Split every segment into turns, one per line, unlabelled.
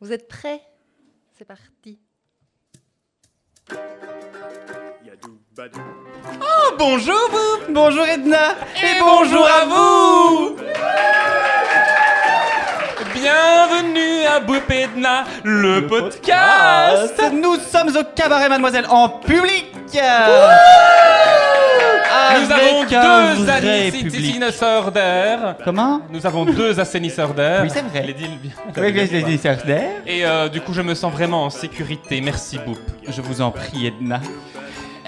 Vous êtes prêts C'est parti.
Oh, bonjour vous Bonjour Edna Et, bonjour, à vous
Bienvenue à Boop Edna, le, podcast.
Nous sommes au cabaret Mademoiselle en public
Nous avons deux assainisseurs d'air.
Comment
Nous avons deux assainisseurs d'air.
Oui, c'est vrai.
Les deals bien-
Oui, je l'ai dit, Serge Dair.
Et euh, du coup, je me sens vraiment en sécurité. Merci, Boop.
Je vous en prie, Edna.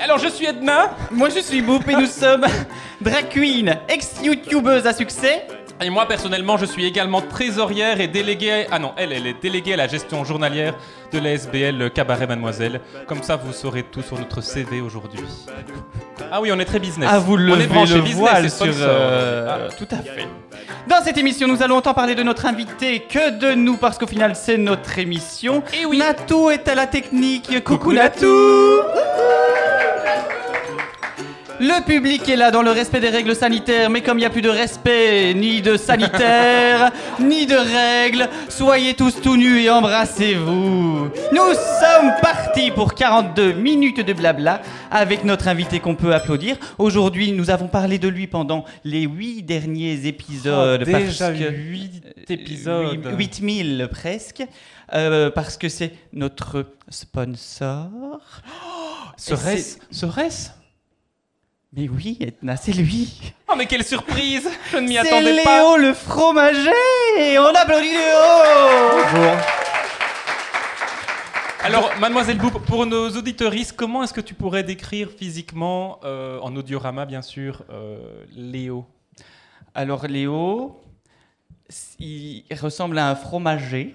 Alors, je suis Edna.
Moi, je suis Boop et nous sommes Drag Queen, ex-youtubeuse à succès.
Et moi, personnellement, je suis également trésorière et déléguée. Ah non, elle, elle est déléguée à la gestion journalière de l'ASBL le Cabaret Mademoiselle. Comme ça, vous saurez tout sur notre CV aujourd'hui. Ah oui, on est très business.
Ah, vous
on
levez
est branché
le
business
voile
et
sur...
sponsor.
euh,
Ah.
Tout à fait. Dans cette émission, nous allons autant parler de notre invité que de nous, parce qu'au final, c'est notre émission.
Eh oui.
Natou est à la technique. Coucou, Natou Le public est là dans le respect des règles sanitaires, mais comme il n'y a plus de respect, ni de sanitaire, ni de règles, soyez tous tout nus et embrassez-vous. Nous sommes partis pour 42 minutes de blabla avec notre invité qu'on peut applaudir. Aujourd'hui, nous avons parlé de lui pendant les 8 derniers épisodes.
Oh, déjà
parce que-
8 épisodes.
8000 presque. euh, parce que c'est notre sponsor.
Serait-ce Serait-ce
Mais oui, Edna, c'est lui.
Oh, mais quelle surprise Je ne m'y
C'est
attendais pas.
Léo le fromager Et on applaudit Léo Bonjour.
Alors, mademoiselle Boub, pour nos auditeuristes, comment est-ce que tu pourrais décrire physiquement, euh, en audiorama bien sûr, euh, Léo
Alors Léo, s- il ressemble à un fromager.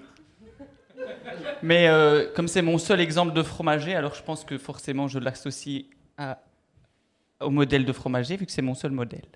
Mais euh, comme c'est mon seul exemple de fromager, alors je pense que forcément je l'associe à- au modèle de fromager, vu que c'est mon seul modèle.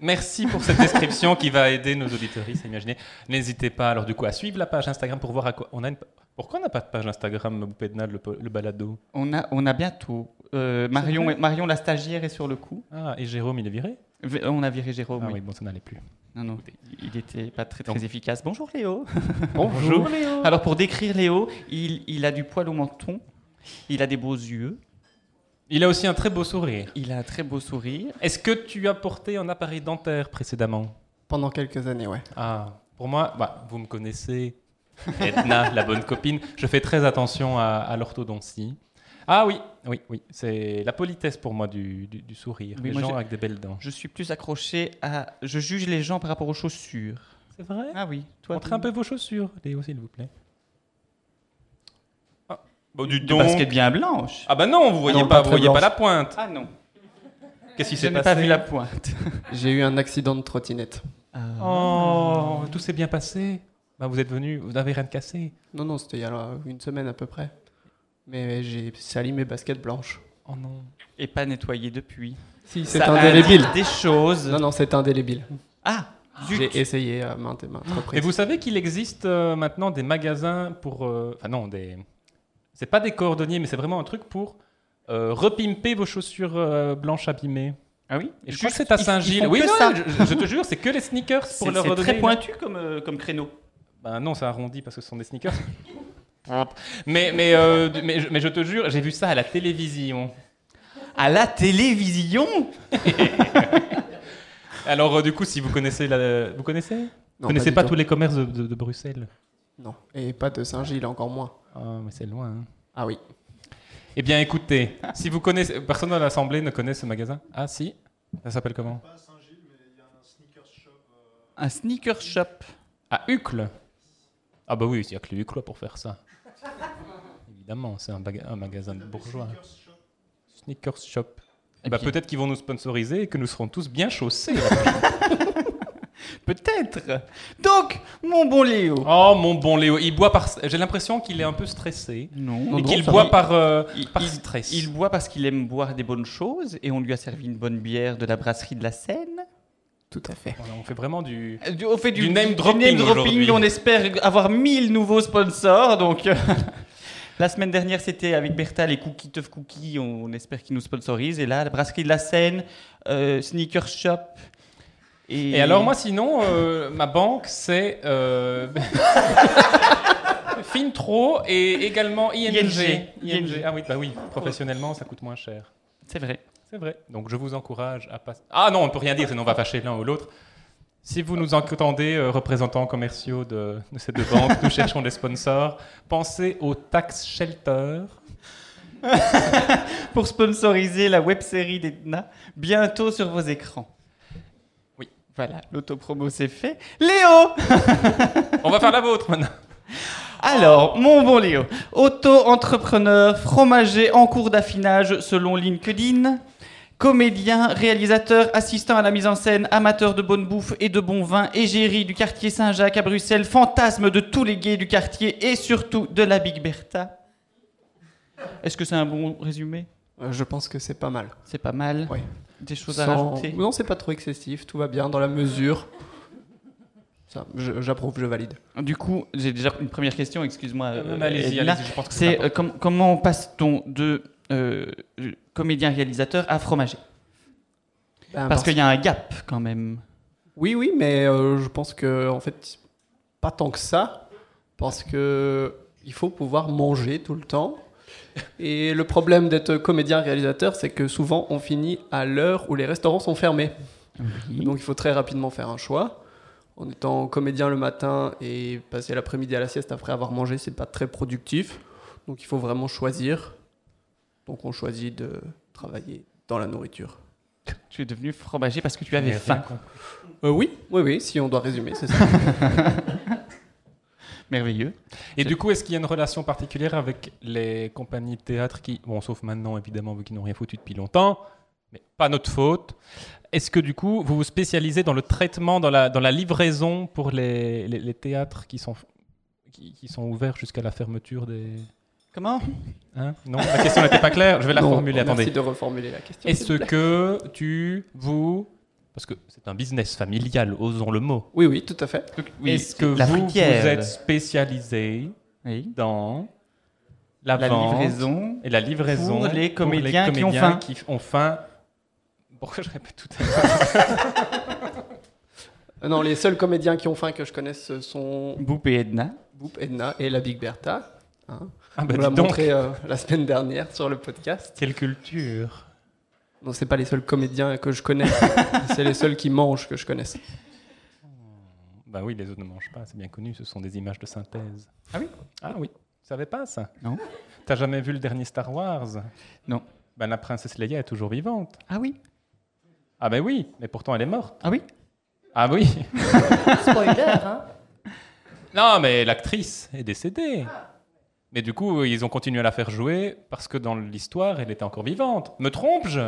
Merci pour cette description qui va aider nos auditeuristes à imaginer. N'hésitez pas, alors du coup, à suivre la page Instagram pour voir à quoi on a une... Pourquoi on n'a pas de page Instagram, Boub Edna, le, po- le balado
On a, on a bientôt. euh, Marion, Marion, la stagiaire, est sur le coup.
Ah, et Jérôme, il est viré
V- On a viré Jérôme.
Ah
oui.
oui, bon, ça n'allait plus.
Non, non, il n'était pas très, très
Donc-
efficace. Bonjour Léo.
Bonjour Léo
Alors pour décrire Léo, il, il a du poil au menton, il a des beaux yeux,
Il a aussi un très beau sourire.
il a un très beau sourire.
Est-ce que tu as porté un appareil dentaire précédemment
Pendant quelques années, ouais.
Ah, pour moi, bah, vous me connaissez, Edna, la bonne copine. Je fais très attention à, à l'orthodontie. Ah oui, oui, oui, c'est la politesse pour moi du, du- du sourire.
Oui,
les
moi,
gens
j'ai-
avec des belles dents.
Je suis plus accroché à... Je juge les gens par rapport aux chaussures.
C'est vrai
Ah oui, toi...
Montrez un peu vos chaussures, Léo, s'il vous plaît. Ah, bah, du
De
don.
basket bien blanche.
Ah bah non, vous voyez
Non,
pas,
pas
vous
très
voyez pas
blanche.
la pointe.
Ah non,
Qu'est-ce qui
je
s'est
n'ai
passé
pas vu la pointe. Euh,
J'ai eu un accident de trottinette.
Oh, tout s'est bien passé. Bah, vous êtes venu, vous n'avez rien de cassé.
Non, non, c'était il y a euh, une semaine à peu près. Mais j'ai sali mes baskets blanches.
Oh non.
Et pas nettoyé depuis.
Si, c'est
Ça
indélébile.
indique Des choses.
Non, non, c'est indélébile.
Ah, zut.
J'ai essayé à maintes et maintes
Et
reprises.
vous savez qu'il existe euh, maintenant des magasins pour. euh, Enfin, non, des. C'est pas des cordonniers, mais c'est vraiment un truc pour euh, repimper vos chaussures euh, blanches abîmées.
Ah oui
Et je crois que c'est à Saint-Gilles. Oui, non,
ça.
je, je te jure, c'est que les sneakers pour
C'est
leur
c'est
redonner.
très
une-
pointu comme, euh, comme créneau.
Ben non, ça arrondit parce que ce sont des sneakers. mais, mais, euh, mais, je- mais je te jure, j'ai vu ça à la télévision.
À la télévision
Alors, euh, du coup, si vous connaissez la. Vous connaissez Vous
Non,
connaissez
du
pas,
tout.
tous les commerces de, de- de Bruxelles
Non, et pas de Saint-Gilles, encore moins.
Ah, mais c'est loin. hein.
Ah oui.
Eh bien, écoutez, si vous connaissez, personne dans l'assemblée ne connaît ce magasin. Ah, si. Ça s'appelle comment
Un sneaker shop.
Ah, Hucle. Ah bah oui, il n'y a que les Huclois pour faire ça. Évidemment, c'est un, baga- un magasin de bourgeois. Sneakers Shop. Eh bah,
Ok.
peut-être qu'ils vont nous sponsoriser et que nous serons tous bien chaussés.
Peut-être. Donc, mon bon Léo.
oh mon bon Léo, il boit par. J'ai l'impression qu'il est un peu stressé
Non.
et
Non,
qu'il
ça
boit
va.
par, euh,
Il-
par stress.
Il boit parce qu'il aime boire des bonnes choses et on lui a servi une bonne bière de la brasserie de la Seine.
Tout à fait.
On fait vraiment du.
Euh, du- On fait du,
Du name dropping aujourd'hui.
On espère avoir 1000 nouveaux sponsors. Donc, euh, la semaine dernière, c'était avec Bertha les Cookie Tough Cookie. On, on espère qu'ils nous sponsorisent. Et là, la brasserie de la Seine, euh, Sneaker Shop.
Et alors moi sinon, euh, ma banque c'est... euh, Fintro et également ING.
ING.
Ah oui, bah oui, professionnellement, ça coûte moins cher.
C'est vrai.
C'est vrai. Donc je vous encourage à passer. Ah non, on ne peut rien dire, sinon on va fâcher l'un ou l'autre. Si vous nous entendez, euh, représentants commerciaux de, de ces deux banques, nous cherchons des sponsors, pensez aux tax shelter.
Pour sponsoriser la web série d'Edna, bientôt sur vos écrans.
Oui.
Voilà, l'autopromo c'est fait. Léo
On va faire la vôtre maintenant.
Alors, mon bon Léo, auto-entrepreneur, fromager en cours d'affinage selon LinkedIn, comédien, réalisateur, assistant à la mise en scène, amateur de bonne bouffe et de bon vin, égérie du quartier Saint-Jacques à Bruxelles, fantasme de tous les gays du quartier et surtout de la Big Bertha. Est-ce que c'est un bon résumé
Euh, je pense que c'est pas mal.
C'est pas mal.
Oui.
Des choses à
Sans-
rajouter.
Non, c'est pas trop excessif, tout va bien dans la mesure. Ça, je- j'approuve, je valide.
Du coup, j'ai déjà une première question, excuse-moi. euh,
allez-y,
Edna.
allez-y, je pense que
C'est
c'est.
euh, com- comment passe-t-on de euh, euh, comédien-réalisateur à fromager
Ben,
Parce qu'il y a un gap quand même.
Oui, oui, mais euh, je pense que en fait, pas tant que ça, parce que il faut pouvoir manger tout le temps. Et le problème d'être comédien-réalisateur, c'est que souvent on finit à l'heure où les restaurants sont fermés.
Donc,
Donc il faut très rapidement faire un choix. En étant comédien le matin et passer l'après-midi à la sieste après avoir mangé, c'est pas très productif. Donc il faut vraiment choisir. Donc on choisit de travailler dans la nourriture.
tu es devenu fromager parce que tu avais faim.
Euh, oui, oui, oui, si on doit résumer, c'est ça.
Merveilleux.
Et du coup, est-ce qu'il y a une relation particulière avec les compagnies de théâtre qui, bon, sauf maintenant évidemment, vu qu'ils n'ont rien foutu depuis longtemps, mais pas notre faute. Est-ce que du coup, vous vous spécialisez dans le traitement, dans la, dans la livraison pour les, les- les théâtres qui sont, qui, qui sont ouverts jusqu'à la fermeture des.
Comment
Hein non, la question n'était pas claire, je vais la
Non,
formuler,
Oh, merci
attendez.
de reformuler la question. s'il
Est-ce
vous plaît.
que tu, vous. Parce que c'est un business familial, osons le mot.
Oui, oui, tout à fait.
Donc, oui,
Est-ce que
la
vous, vous
fruitière.
êtes spécialisé
Oui.
dans la,
La
vente
livraison.
et la livraison
Pour les comédiens qui ont faim.
qui ont faim. Pourquoi je répète tout à l'heure
Euh, Non, les seuls comédiens qui ont faim que je connaisse ce sont
Boop et Edna.
Boop, Edna et la Big Bertha. hein.
Ah
On
bah
l'a
dis donc,
montré euh, la semaine dernière sur le podcast.
quelle culture
Non, c'est pas les seuls comédiens que je connais. c'est les seuls qui mangent que je connaisse.
Bah oui, les autres ne mangent pas, c'est bien connu, ce sont des images de synthèse.
Ah oui
Ah oui, tu savais pas ça
Non.
T'as jamais vu le dernier Star Wars
Non.
Ben la princesse Leia est toujours vivante.
Ah oui
Ah ben oui, mais pourtant elle est morte.
Ah oui
Ah oui
Spoiler, hein.
Non, mais l'actrice est décédée. Mais du coup, ils ont continué à la faire jouer parce que dans l'histoire, elle était encore vivante. Me trompe-je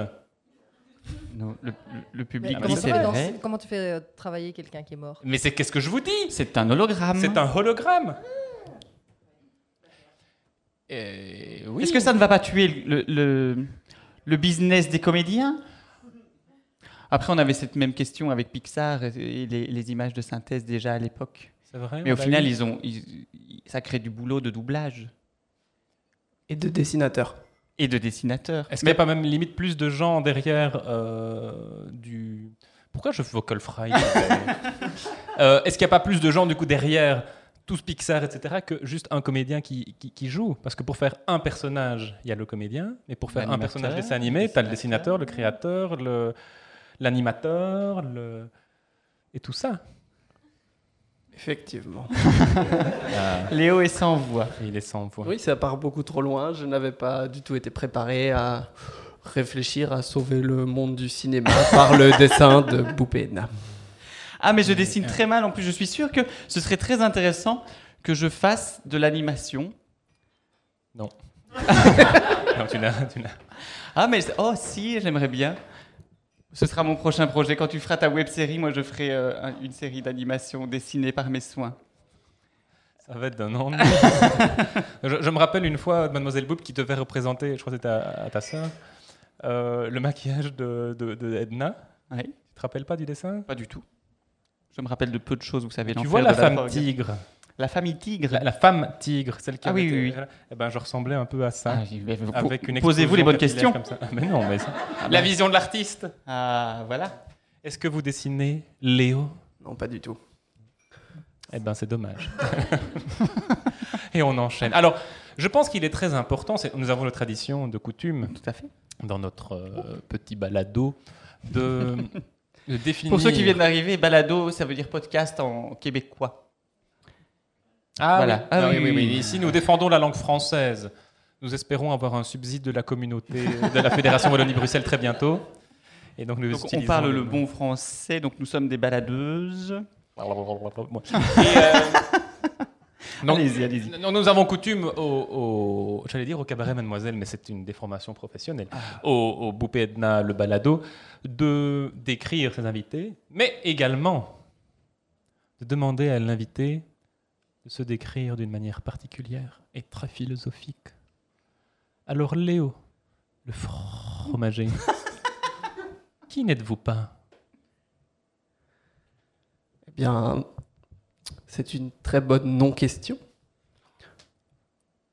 Non, le, le- le
Mais
public
Ah,
comment,
dit
tu
c'est
fais dans-
vrai.
comment tu fais euh, travailler quelqu'un qui est mort
Mais c'est qu'est-ce que je vous dis
C'est un hologramme.
C'est un hologramme. Euh, oui.
Est-ce que ça ne va pas tuer le, le, le business des comédiens Après, on avait cette même question avec Pixar et les, les images de synthèse déjà à l'époque.
C'est vrai bah
Mais au
on a
final,
eu-
ils ont, ils- ils- ça crée du boulot de doublage
Et de dessinateurs.
et de dessinateur.
Est-ce qu'il n'y
Mais
a pas même limite plus de gens derrière euh, du. Pourquoi je vocal fry Euh, Est-ce qu'il n'y a pas plus de gens du coup derrière tous Pixar, etc., que juste un comédien qui, qui, qui joue Parce que pour faire un personnage, il y a le comédien, mais pour faire un
L'animateur,
personnage dessin
le
animé, tu as le dessinateur,
dessinateur.
le créateur, le- l'animateur, le... et tout ça.
Effectivement.
Ah.
Léo est sans voix.
Et Ah, il est sans voix.
Oui, ça part beaucoup trop loin. Je n'avais pas du tout été préparé à réfléchir à sauver le monde du cinéma par le dessin de Boop et Edna.
Ah, mais je dessine très mal. En plus, je suis sûr que ce serait très intéressant que je fasse de l'animation.
Non, tu n'as- tu n'as-
Ah, mais oh, si, j'aimerais bien. Ce sera mon prochain projet. Quand tu feras ta web série, moi, je ferai euh, un- une série d'animation dessinée par mes soins.
Ça va être d'un ennui. je, je me rappelle une fois, Mademoiselle Boop qui devait représenter, je crois que c'était à, à ta sœur, euh, le maquillage de, de- de Edna.
Oui.
Tu te rappelles pas du dessin
Pas du tout. Je me rappelle de peu de choses, vous savez.
Tu
l'enfer
vois
de
la femme
drogue.
tigre
La famille tigre.
la, la femme tigre, celle qui
Ah
avait
oui,
été-
oui,
Eh ben, je ressemblais un peu à ça.
Ah, j'y vais. Vous-
avec une
Posez-vous les
explosion capillaire
bonnes questions.
comme ça. Ah, mais non, mais ça- La vision de l'artiste.
Ah, voilà.
Est-ce que vous dessinez Léo
Non, pas du tout.
Eh ben, c'est dommage. et on enchaîne. Alors, je pense qu'il est très important, c'est- nous avons la tradition de coutume
Tout à fait.
dans notre euh, petit balado de, de définir.
Pour ceux qui viennent d'arriver, balado, ça veut dire podcast en québécois.
Ah,
Voilà.
oui.
Ah
Ah
oui,
oui, oui,
oui.
oui. Ici, nous défendons la langue française. Nous espérons avoir un subside de la communauté euh, de la Fédération Wallonie-Bruxelles très bientôt. Et donc, nous
Donc on
utilisons
parle le bon français, donc nous sommes des baladeuses.
Bon. Et, euh, donc,
Allez-y, allez-y.
Non, nous avons coutume au, au- j'allais dire au cabaret Mademoiselle, mais c'est une déformation professionnelle, au, au Boupé Edna le balado, de décrire ses invités, mais également de demander à l'invité de se décrire d'une manière particulière et très philosophique. Alors Léo, le fromager, qui n'êtes-vous pas
Eh bien, c'est une très bonne non-question.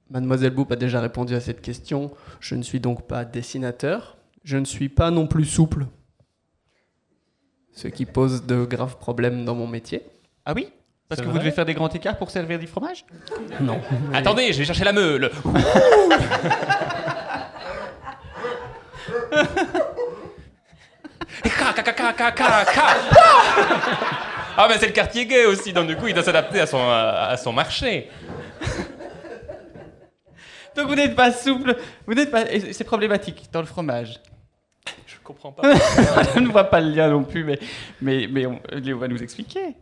Mademoiselle Boupe a déjà répondu à cette question. Je ne suis donc pas dessinateur. Je ne suis pas non plus souple. Ce qui pose de graves problèmes dans mon métier.
Ah oui Parce
C'est
que vous
vrai
devez faire des grands écarts pour servir du fromage
Non.
Attendez, je vais chercher la meule. Et crac, crac, crac, crac, crac, crac. Ah ben c'est le quartier gay aussi, donc du coup il doit s'adapter à son, à son marché.
Donc vous n'êtes pas souple, vous n'êtes pas... et C'est problématique dans le fromage.
Je comprends pas.
Je ne vois pas le lien non plus, mais, mais, mais on- Léo va nous expliquer.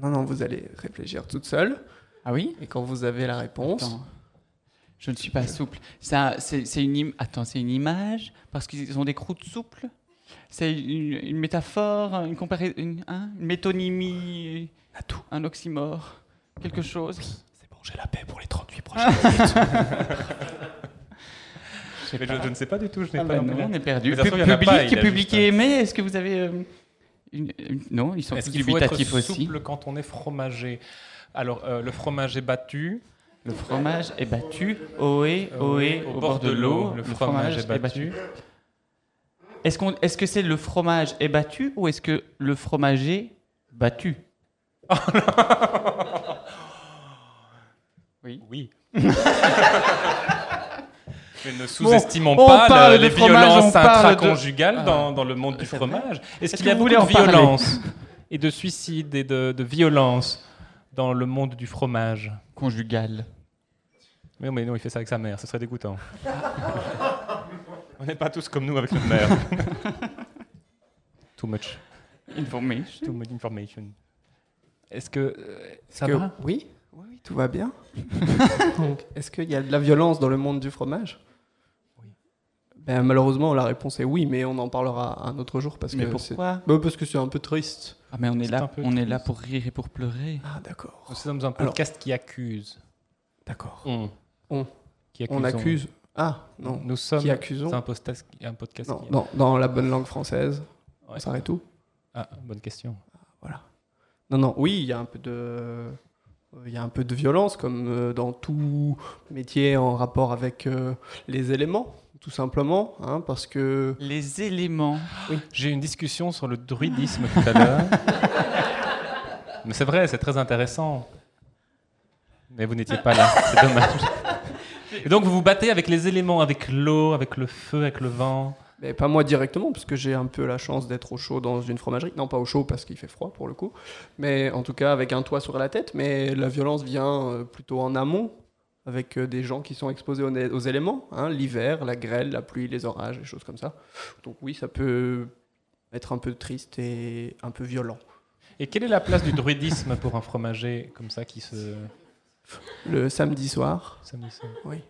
Non, non, vous allez réfléchir toute seule.
Ah oui
Et quand vous avez la réponse,
Attends. Je ne suis pas souple. C'est un- C'est c'est une, im- Attends, c'est une image Parce qu'ils ont des croûtes souples C'est une, une métaphore Une comparaison une, hein, une métonymie Un oxymore Quelque chose
C'est bon, j'ai la paix pour les 38 prochaines
Je sais
Mais je,
pas.
je ne sais pas du tout, je n'ai
Ah
pas
bah
non
non,
plus.
on est perdu.
Mais de toute
Pu-
façon, il y en a
public,
pas, il a
public
juste
et
un-
aimé, est-ce que vous avez. euh, une- une- Non, ils sont
Est-ce
tous
qu'il faut être
dubitatifs
souple
aussi.
quand on est fromager Alors euh, le fromager battu, euh,
Le fromage est battu, ohé, ohé, au, bord de l'eau.
le fromage est battu.
Est-ce qu'on, est-ce que c'est le fromage est battu ou est-ce que le fromager battu
Oui. Mais ne sous-estimons
Bon, on
pas
parle
le-
de
les
fromage, on
violences
parle de-
intraconjugales
Ah.
dans, dans le monde du
C'est
fromage. Est-ce
Est-ce
qu'il
que
y a
vous
beaucoup
voulez
de
en parler
violence et de suicides et de, de violences dans le monde du fromage
conjugal
mais, mais non, il fait ça avec sa mère, ce serait dégoûtant. on n'est pas tous comme nous avec notre mère. too much,
Information.
too much information. Est-ce que euh, ça
que-
va
oui, oui, oui, tout va bien. Donc, est-ce qu'il y a de la violence dans le monde du fromage ben, Malheureusement, la réponse est oui, mais on en parlera un autre jour parce
Mais
que c'est
pourquoi
Ben, parce que c'est un peu triste.
Ah mais on est
euh, C'est un
là,
peu
on est là
triste.
pour rire et pour pleurer.
Ah d'accord,
Nous sommes un podcast qui accuse.
d'accord.
On.
On.
Qui accusons.
On accuse. Ah non,
Nous sommes.
qui accusons
C'est un podcast, un podcast
non,
qui-
non, dans la bonne langue française.
Ouais.
On s'arrête tout
Ah, bonne question.
Non, non, oui, il y a un peu de... euh, Il y a un peu de violence, comme euh, dans tout métier en rapport avec euh, les éléments, tout simplement, hein, parce que
Les éléments.
J'ai eu une discussion sur le druidisme tout à l'heure. Mais c'est vrai, c'est très intéressant. Mais vous n'étiez pas là, c'est dommage. Et donc vous vous battez avec les éléments, avec l'eau, avec le feu, avec le vent.
Mais pas moi directement, parce que j'ai un peu la chance d'être au chaud dans une fromagerie. Non, pas au chaud parce qu'il fait froid pour le coup, mais en tout cas avec un toit sur la tête. Mais la violence vient euh, plutôt en amont, avec euh, des gens qui sont exposés aux, aux éléments, hein, l'hiver, la grêle, la pluie, les orages, les choses comme ça. Donc oui, ça peut être un peu triste et un peu violent.
Et quelle est la place du druidisme pour un fromager comme ça qui se...
Le samedi soir,
ça me dit ça.
oui.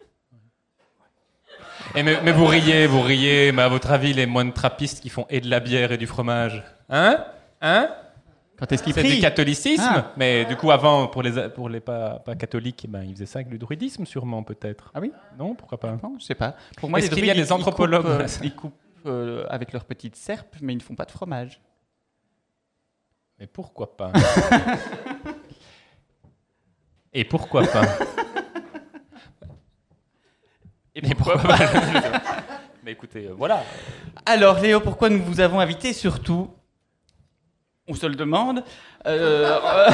Et mais, mais vous riez, vous riez, mais à votre avis, les moines trappistes qui font et de la bière et du fromage, hein Hein
Quand est-ce qu'ils
C'est du
prient
catholicisme,
Ah.
mais du coup, avant, pour les, pour les pas, pas catholiques, eh ben, ils faisaient ça avec le druidisme, sûrement, peut-être.
Ah oui
Non, pourquoi pas
Non, je sais pas. Pour moi,
Est-ce
les
qu'il y a
druides,
des
ils- ils
anthropologues
coupent, euh,
dans la salle
Ils coupent euh, avec leurs petites serpes, mais ils ne font pas de fromage.
Mais pourquoi pas Et pourquoi pas Et pourquoi, pas Mais écoutez, euh, voilà.
Alors, Léo, pourquoi nous vous avons invité surtout On se le demande. Euh, euh,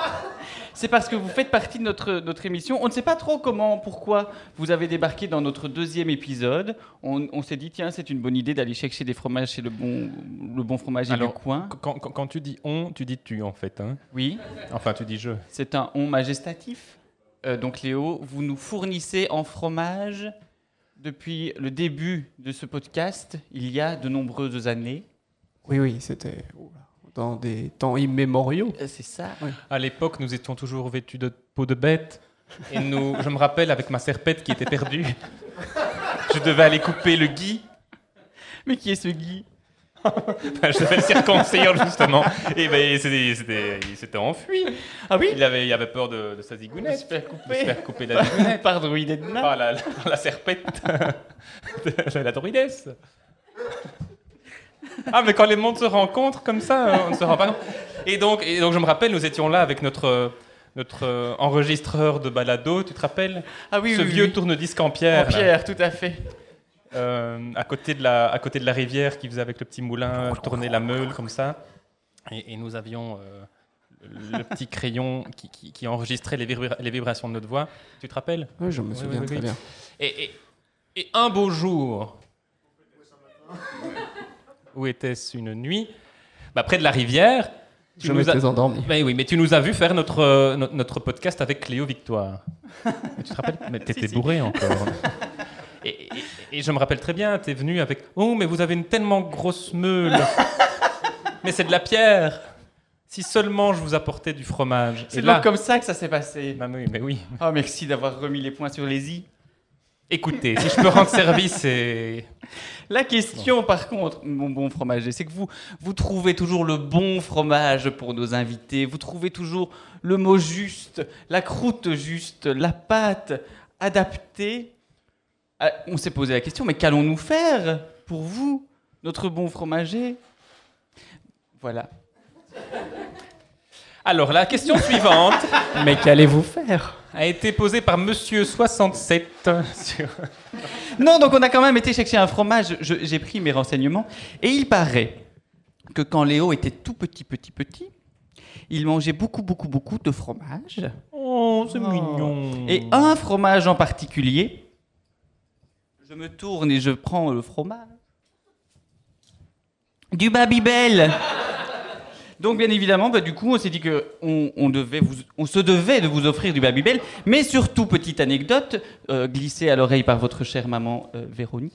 c'est parce que vous faites partie de notre, notre émission. On ne sait pas trop comment, pourquoi vous avez débarqué dans notre deuxième épisode. On, on s'est dit, tiens, c'est une bonne idée d'aller chercher des fromages chez le bon, le bon fromager
Alors-
du coin.
Quand, quand- quand tu dis on, tu dis tu en fait. hein.
Oui,
Enfin, tu dis je.
c'est un on majestatif. Euh, donc Léo, vous nous fournissez en fromage depuis le début de ce podcast, il y a de nombreuses années.
Oui, oui, c'était oula, dans des temps immémoriaux.
Euh, C'est ça.
À l'époque, nous étions toujours vêtus de peau de bête. Et nous, je me rappelle avec ma serpette qui était perdue. Je devais aller couper le gui.
Mais qui est ce Guy
Enfin, je devais le circoncire justement. Et ben, c'était- c'était- il s'était enfui.
Ah oui
Il avait, il avait peur de, de sa zigounette.
J'espère
De se
couper.
faire couper la zigounette
Par Druidedna.
par la, la- la serpette de la druidesse. Ah, mais quand les mondes se rencontrent comme ça, on ne se rend pas compte. Et donc, et donc, je me rappelle, nous étions là avec notre, euh, notre euh, enregistreur de balado, tu te rappelles
Ah oui,
ce
oui,
vieux
oui.
tourne-disque en
En
pierre, là,
pierre, tout à fait.
euh, à, côté de la, à côté de la rivière qui faisait avec le petit moulin euh, tourner la meule comme ça. Et, et nous avions euh, le le petit crayon qui, qui- qui enregistrait les, vibra- les vibrations de notre voix. Tu te rappelles
Oui, je me
Oui,
souviens
oui,
très
oui.
bien.
et, et- et un beau jour, où était-ce une nuit bah, Près de la rivière. tu
Je
nous as-
m'étais endormi.
Mais Ben oui, mais tu nous as vu faire notre, euh, no- notre podcast avec Cléo Victoire. Mais tu te rappelles Mais t'étais bourré encore. Et, et- et je me rappelle très bien, t'es venu avec Oh, mais vous avez une tellement grosse meule Mais c'est de la pierre Si seulement je vous apportais du fromage. Et
C'est
là,
donc comme ça que ça s'est passé.
Bah oui, mais oui.
Ah, merci d'avoir remis les points sur les i.
Écoutez, si je peux rendre service et.
La question, par contre, mon bon fromager, c'est que vous, vous trouvez toujours le bon fromage pour nos invités. Vous trouvez toujours le mot juste, la croûte juste, la pâte adaptée. Ah, on s'est posé la question, mais qu'allons-nous faire pour vous, notre bon fromager Voilà.
Alors, la question suivante
Mais qu'allez-vous faire
a été posée par Monsieur 67. sur-
Non, donc on a quand même été chercher un fromage. Je- J'ai pris mes renseignements. Et il paraît que quand Léo était tout petit, petit, petit, il mangeait beaucoup, beaucoup, beaucoup de fromage.
Oh, c'est mignon.
Et un fromage en particulier. Je me tourne et je prends le fromage. Du Babybel. Donc bien évidemment, bah, du coup, on s'est dit que on, on devait vous, on se devait de vous offrir du Babybel, mais surtout petite anecdote euh, glissée à l'oreille par votre chère maman euh, Véronique.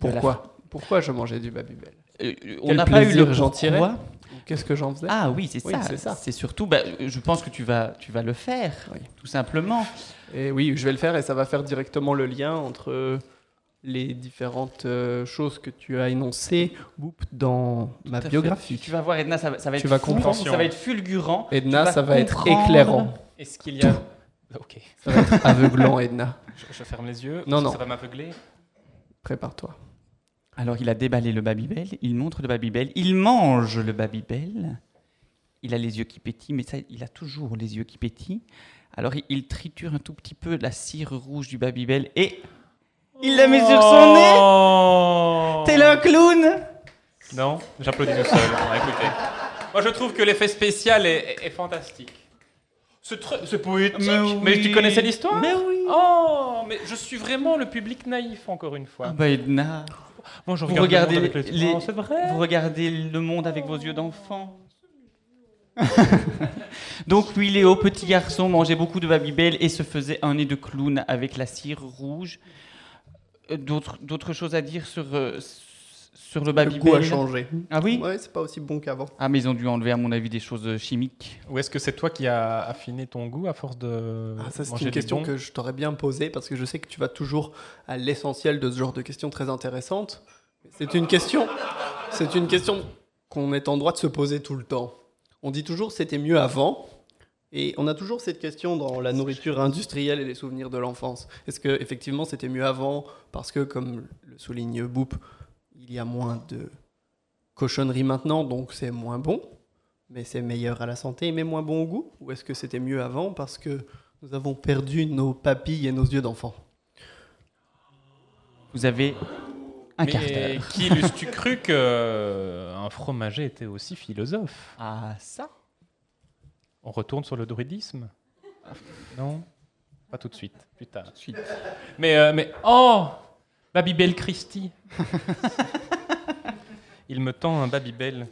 Pourquoi Pourquoi je mangeais du Babybel
Euh, on
Quel
n'a pas eu
plaisir
le
j'en
pourquoi.
tirais. Qu'est-ce que j'en faisais
Ah oui, c'est
Oui,
ça.
c'est ça.
C'est surtout, bah, euh, je pense que tu vas, tu vas le faire,
Oui.
tout simplement.
Et oui, je vais le faire et ça va faire directement le lien entre les différentes euh, choses que tu as énoncées boop, dans
Tout
ma
à fait.
biographie.
Tu vas voir, Edna, ça va, ça va
Tu
être
vas
fou,
comprendre.
ça va être fulgurant.
Edna,
tu vas
ça va être
comprendre.
éclairant,
Est-ce qu'il y a. Ok,
ça va être aveuglant, Edna.
je, je ferme les yeux.
Non,
parce que
non.
Ça va m'aveugler.
Prépare-toi.
Alors, il a déballé le Babybel, il montre le Babybel, il mange le Babybel. Il a les yeux qui pétillent, mais ça, il a toujours les yeux qui pétillent. Alors, il, il triture un tout petit peu la cire rouge du Babybel et il la met sur
Oh.
son nez.
nez
T'es là, un clown
Oh Non, j'applaudis tout seul. Bon, écoutez. Moi, je trouve que l'effet spécial est, est- est fantastique. Ce truc, c'est poétique. Mais, tu connaissais l'histoire
Mais oui.
Oh, mais je suis vraiment le public naïf, encore une fois.
Ah bah, Edna.
Moi, je
Vous
regarde le
regardez
monde avec
les-
Oh, c'est vrai.
Vous regardez le monde avec vos yeux d'enfant. Donc oui, Léo, petit garçon, mangeait beaucoup de Babybel et se faisait un nez de clown avec la cire rouge. Euh, D'autres d'autres choses à dire sur, euh, sur le
Le goût a
Babybel
changé.
Ah oui
Ouais, c'est pas aussi bon qu'avant.
Ah mais ils ont dû enlever à mon avis des choses euh, chimiques.
Ou est-ce que c'est toi qui as affiné ton goût à force de
Ah, ça, c'est
Euh, manger
une
des
question
bons
que je t'aurais bien posée parce que je sais que tu vas toujours à l'essentiel de ce genre de questions très intéressantes. C'est une question, c'est une question qu'on est en droit de se poser tout le temps. On dit toujours c'était mieux avant, et on a toujours cette question dans la nourriture industrielle et les souvenirs de l'enfance. Est-ce que effectivement c'était mieux avant parce que, comme le souligne Boop, il y a moins de cochonneries maintenant, donc c'est moins bon, mais c'est meilleur à la santé, mais moins bon au goût Ou est-ce que c'était mieux avant parce que nous avons perdu nos papilles et nos yeux d'enfant.
Vous avez un quart
Mais
d'heure.
qui l'eût-tu cru euh, qu'un fromager était aussi philosophe
Ah ça
On retourne sur le druidisme Non Pas tout de suite, plus tard.
suite.
Mais, euh, mais oh Babybel Christie Il me tend un Babybel.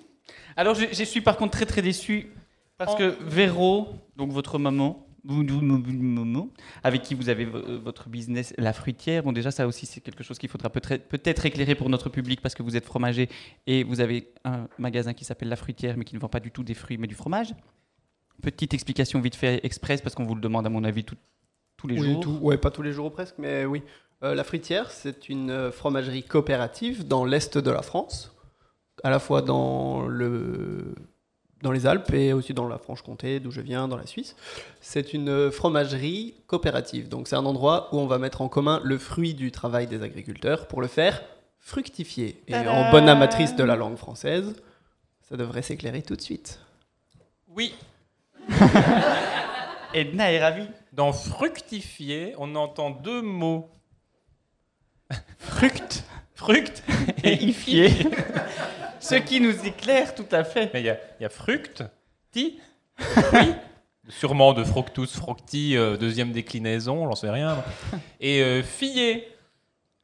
Alors, je, je suis par contre très très déçu parce
Oh.
que Véro, donc votre maman, vous- vous- vous- vous- maman, avec qui vous avez vo- euh, votre business, la fruitière, bon déjà ça aussi c'est quelque chose qu'il faudra peut-être peut-être éclairer pour notre public parce que vous êtes fromager et vous avez un magasin qui s'appelle La Fruitière mais qui ne vend pas du tout des fruits mais du fromage. Petite explication vite fait express parce qu'on vous le demande à mon avis tout- tous les
Oui,
jours.
tout- ouais, pas tous les jours presque, mais oui. Euh, la Fritière, c'est une euh, fromagerie coopérative dans l'est de la France, à la fois dans le dans les Alpes et aussi dans la Franche-Comté, d'où je viens, dans la Suisse. C'est une euh, fromagerie coopérative, donc c'est un endroit où on va mettre en commun le fruit du travail des agriculteurs pour le faire fructifier. Et en bonne amatrice de la langue française, ça devrait s'éclairer tout de suite.
Oui,
Edna est ravie.
dans fructifier, on entend deux mots.
Fruct
Fruct
et ifié. Ce qui nous éclaire tout à fait.
Mais il y a, il y a fruct, ti, fruit, sûrement de fructus fructi, euh, deuxième déclinaison, j'en sais rien. Et euh, filler,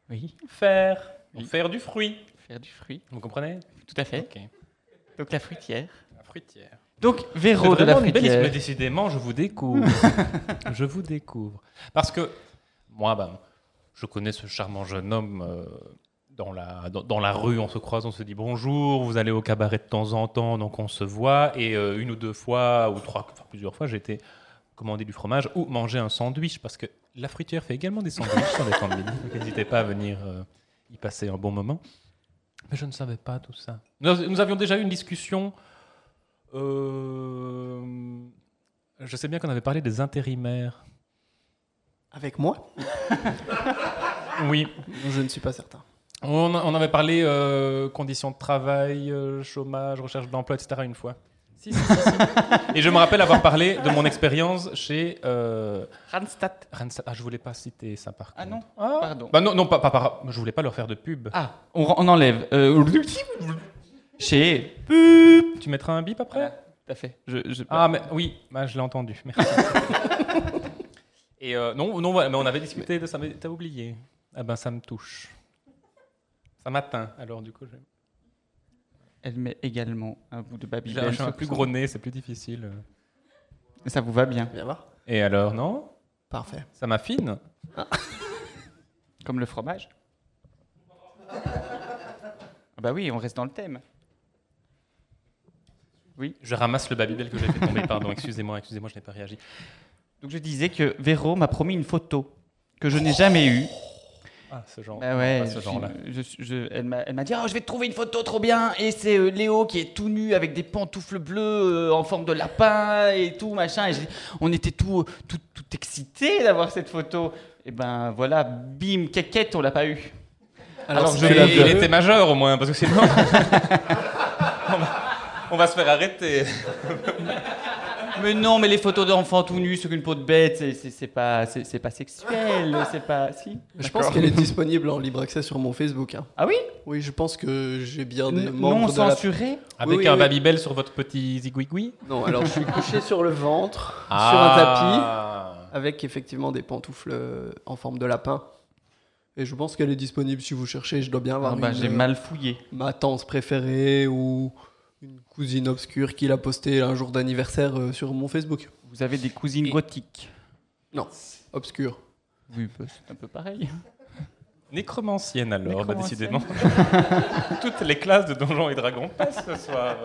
Oui,
faire, donc
Oui.
faire du fruit.
faire du fruit,
Vous comprenez
tout à fait.
Ok.
Donc la fruitière.
La fruitière.
Donc Véro de
C'est
la
vraiment une belle histoire.
fruitière.
Mais décidément, je vous découvre. je vous découvre. Parce que moi, ben, je connais ce charmant jeune homme. euh, dans la, dans, dans la rue, on se croise, on se dit bonjour, vous allez au cabaret de temps en temps, donc on se voit. Et euh, une ou deux fois, ou trois, enfin plusieurs fois, j'ai été commander du fromage ou manger un sandwich, parce que la fruitière fait également des sandwichs sans des candidats. Donc n'hésitez pas à venir euh, y passer un bon moment. Mais je ne savais pas tout ça. Nous, nous avions déjà eu une discussion euh, je sais bien qu'on avait parlé des intérimaires.
Avec moi,
Oui.
je ne suis pas certain.
On, on avait parlé euh, conditions de travail, euh, chômage, recherche d'emploi, etc. une fois.
Si, si, si, si.
Et je me rappelle avoir parlé de mon expérience chez euh,
Randstad.
Randstad. Ah, je voulais pas citer ça par contre.
Ah non,
Ah.
pardon.
Bah non, non, pas, pas, par- Je voulais pas leur faire de pub.
Ah, on, on enlève. Euh, Chez.
Tu mettras un bip après
Voilà. Tout à fait. Je, je-
Ah, mais oui, bah, je l'ai entendu. Merci. Et euh, non, non, voilà, mais on avait discuté de ça, mais t'as oublié. Ah ben, ça me touche. Ça m'atteint. Alors, du coup, je...
Elle met également un bout de
J'ai
Babybel.
un, j'ai un
sur
plus
son-
gros nez, c'est plus difficile.
Ça vous va bien,
Viens voir.
Et alors, non
Parfait.
Ça m'affine
comme le fromage. Ah bah oui, on reste dans le thème.
Je ramasse le babybel que j'ai fait tomber, pardon, excusez-moi, excusez-moi, je n'ai pas réagi.
Donc je disais que Véro m'a promis une photo que je n'ai jamais eue.
Ah, ce genre.
Bah ouais,
pas ce
je suis-
genre-là.
je suis- je- elle m'a elle m'a dit Ah, je vais te trouver une photo trop bien et c'est euh, Léo qui est tout nu avec des pantoufles bleues euh, en forme de lapin et tout machin et j'ai- on était tout euh, tout, tout excité d'avoir cette photo et ben voilà bim quéquette on l'a pas eu.
Alors,
si
je
tu
Mais
l'as
l'avais-
il était majeur au moins, parce que sinon. on, va, on va se faire arrêter.
Mais non mais les photos d'enfants tout nus sur une peau de bête c'est- c'est c'est pas c'est c'est pas sexuel c'est pas si.
Je pense qu'elle est disponible en libre accès sur mon Facebook. hein.
Ah oui
Oui, je pense que j'ai bien des
N-
membres
non
de la...
censuré.
Avec
oui,
un
oui.
babybel sur votre petit zigouigoui
Non, alors je suis couché sur le ventre,
Ah.
sur un tapis, avec effectivement des pantoufles euh, en forme de lapin. Et je pense qu'elle est disponible si vous cherchez. Je dois bien avoir
Ah bah,
une,
j'ai
euh,
mal fouillé.
ma tante préférée ou une cousine obscure qui l'a posté un jour d'anniversaire euh, sur mon Facebook.
Vous avez des cousines
Et-
gothiques.
Obscure.
Oui, bah, c'est un peu pareil.
Nécromancienne alors, bah,
Nécromancienne.
décidément. Toutes les classes de Donjons et Dragons passent ce soir.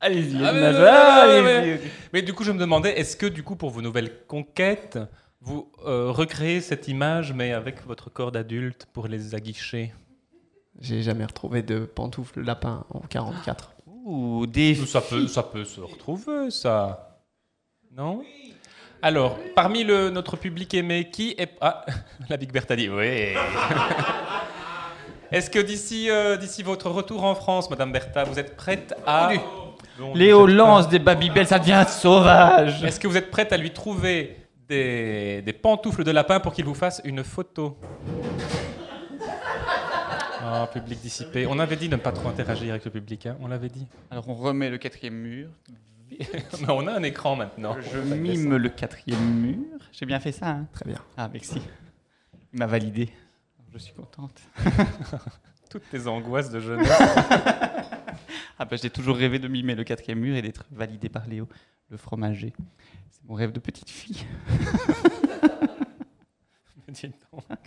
Allez-y,
Ah, mais-
Edna,
mais-
allez-y,
mais-
allez-y.
Mais du coup, je me demandais, est-ce que du coup, pour vos nouvelles conquêtes, vous euh, recréez cette image, mais avec votre corps d'adulte pour les aguicher
J'ai jamais retrouvé de pantoufles lapin en 44.
Ouh, des
ça peut, ça peut se retrouver, ça. Non Alors, parmi le, notre public aimé, qui est... Ah, la Big Bertha dit oui. Est-ce que d'ici euh, d'ici votre retour en France, Madame Bertha, vous êtes prête à... Non,
Léo
vous êtes pas-
lance des babybel, ça devient sauvage.
Est-ce que vous êtes prête à lui trouver des, des pantoufles de lapin pour qu'il vous fasse une photo Ah, public dissipé. On avait dit de ne pas trop interagir avec le public, hein, on l'avait dit.
Alors on remet le quatrième mur.
Mais on a un écran maintenant.
Je mime le quatrième mur. J'ai bien fait ça, hein
Très bien.
Ah, merci. Il m'a validé. Je suis contente.
Toutes tes angoisses de jeunesse.
Ah bah, j'ai toujours rêvé de mimer le quatrième mur et d'être validé par Léo, le fromager. C'est mon rêve de petite fille.
Dis donc.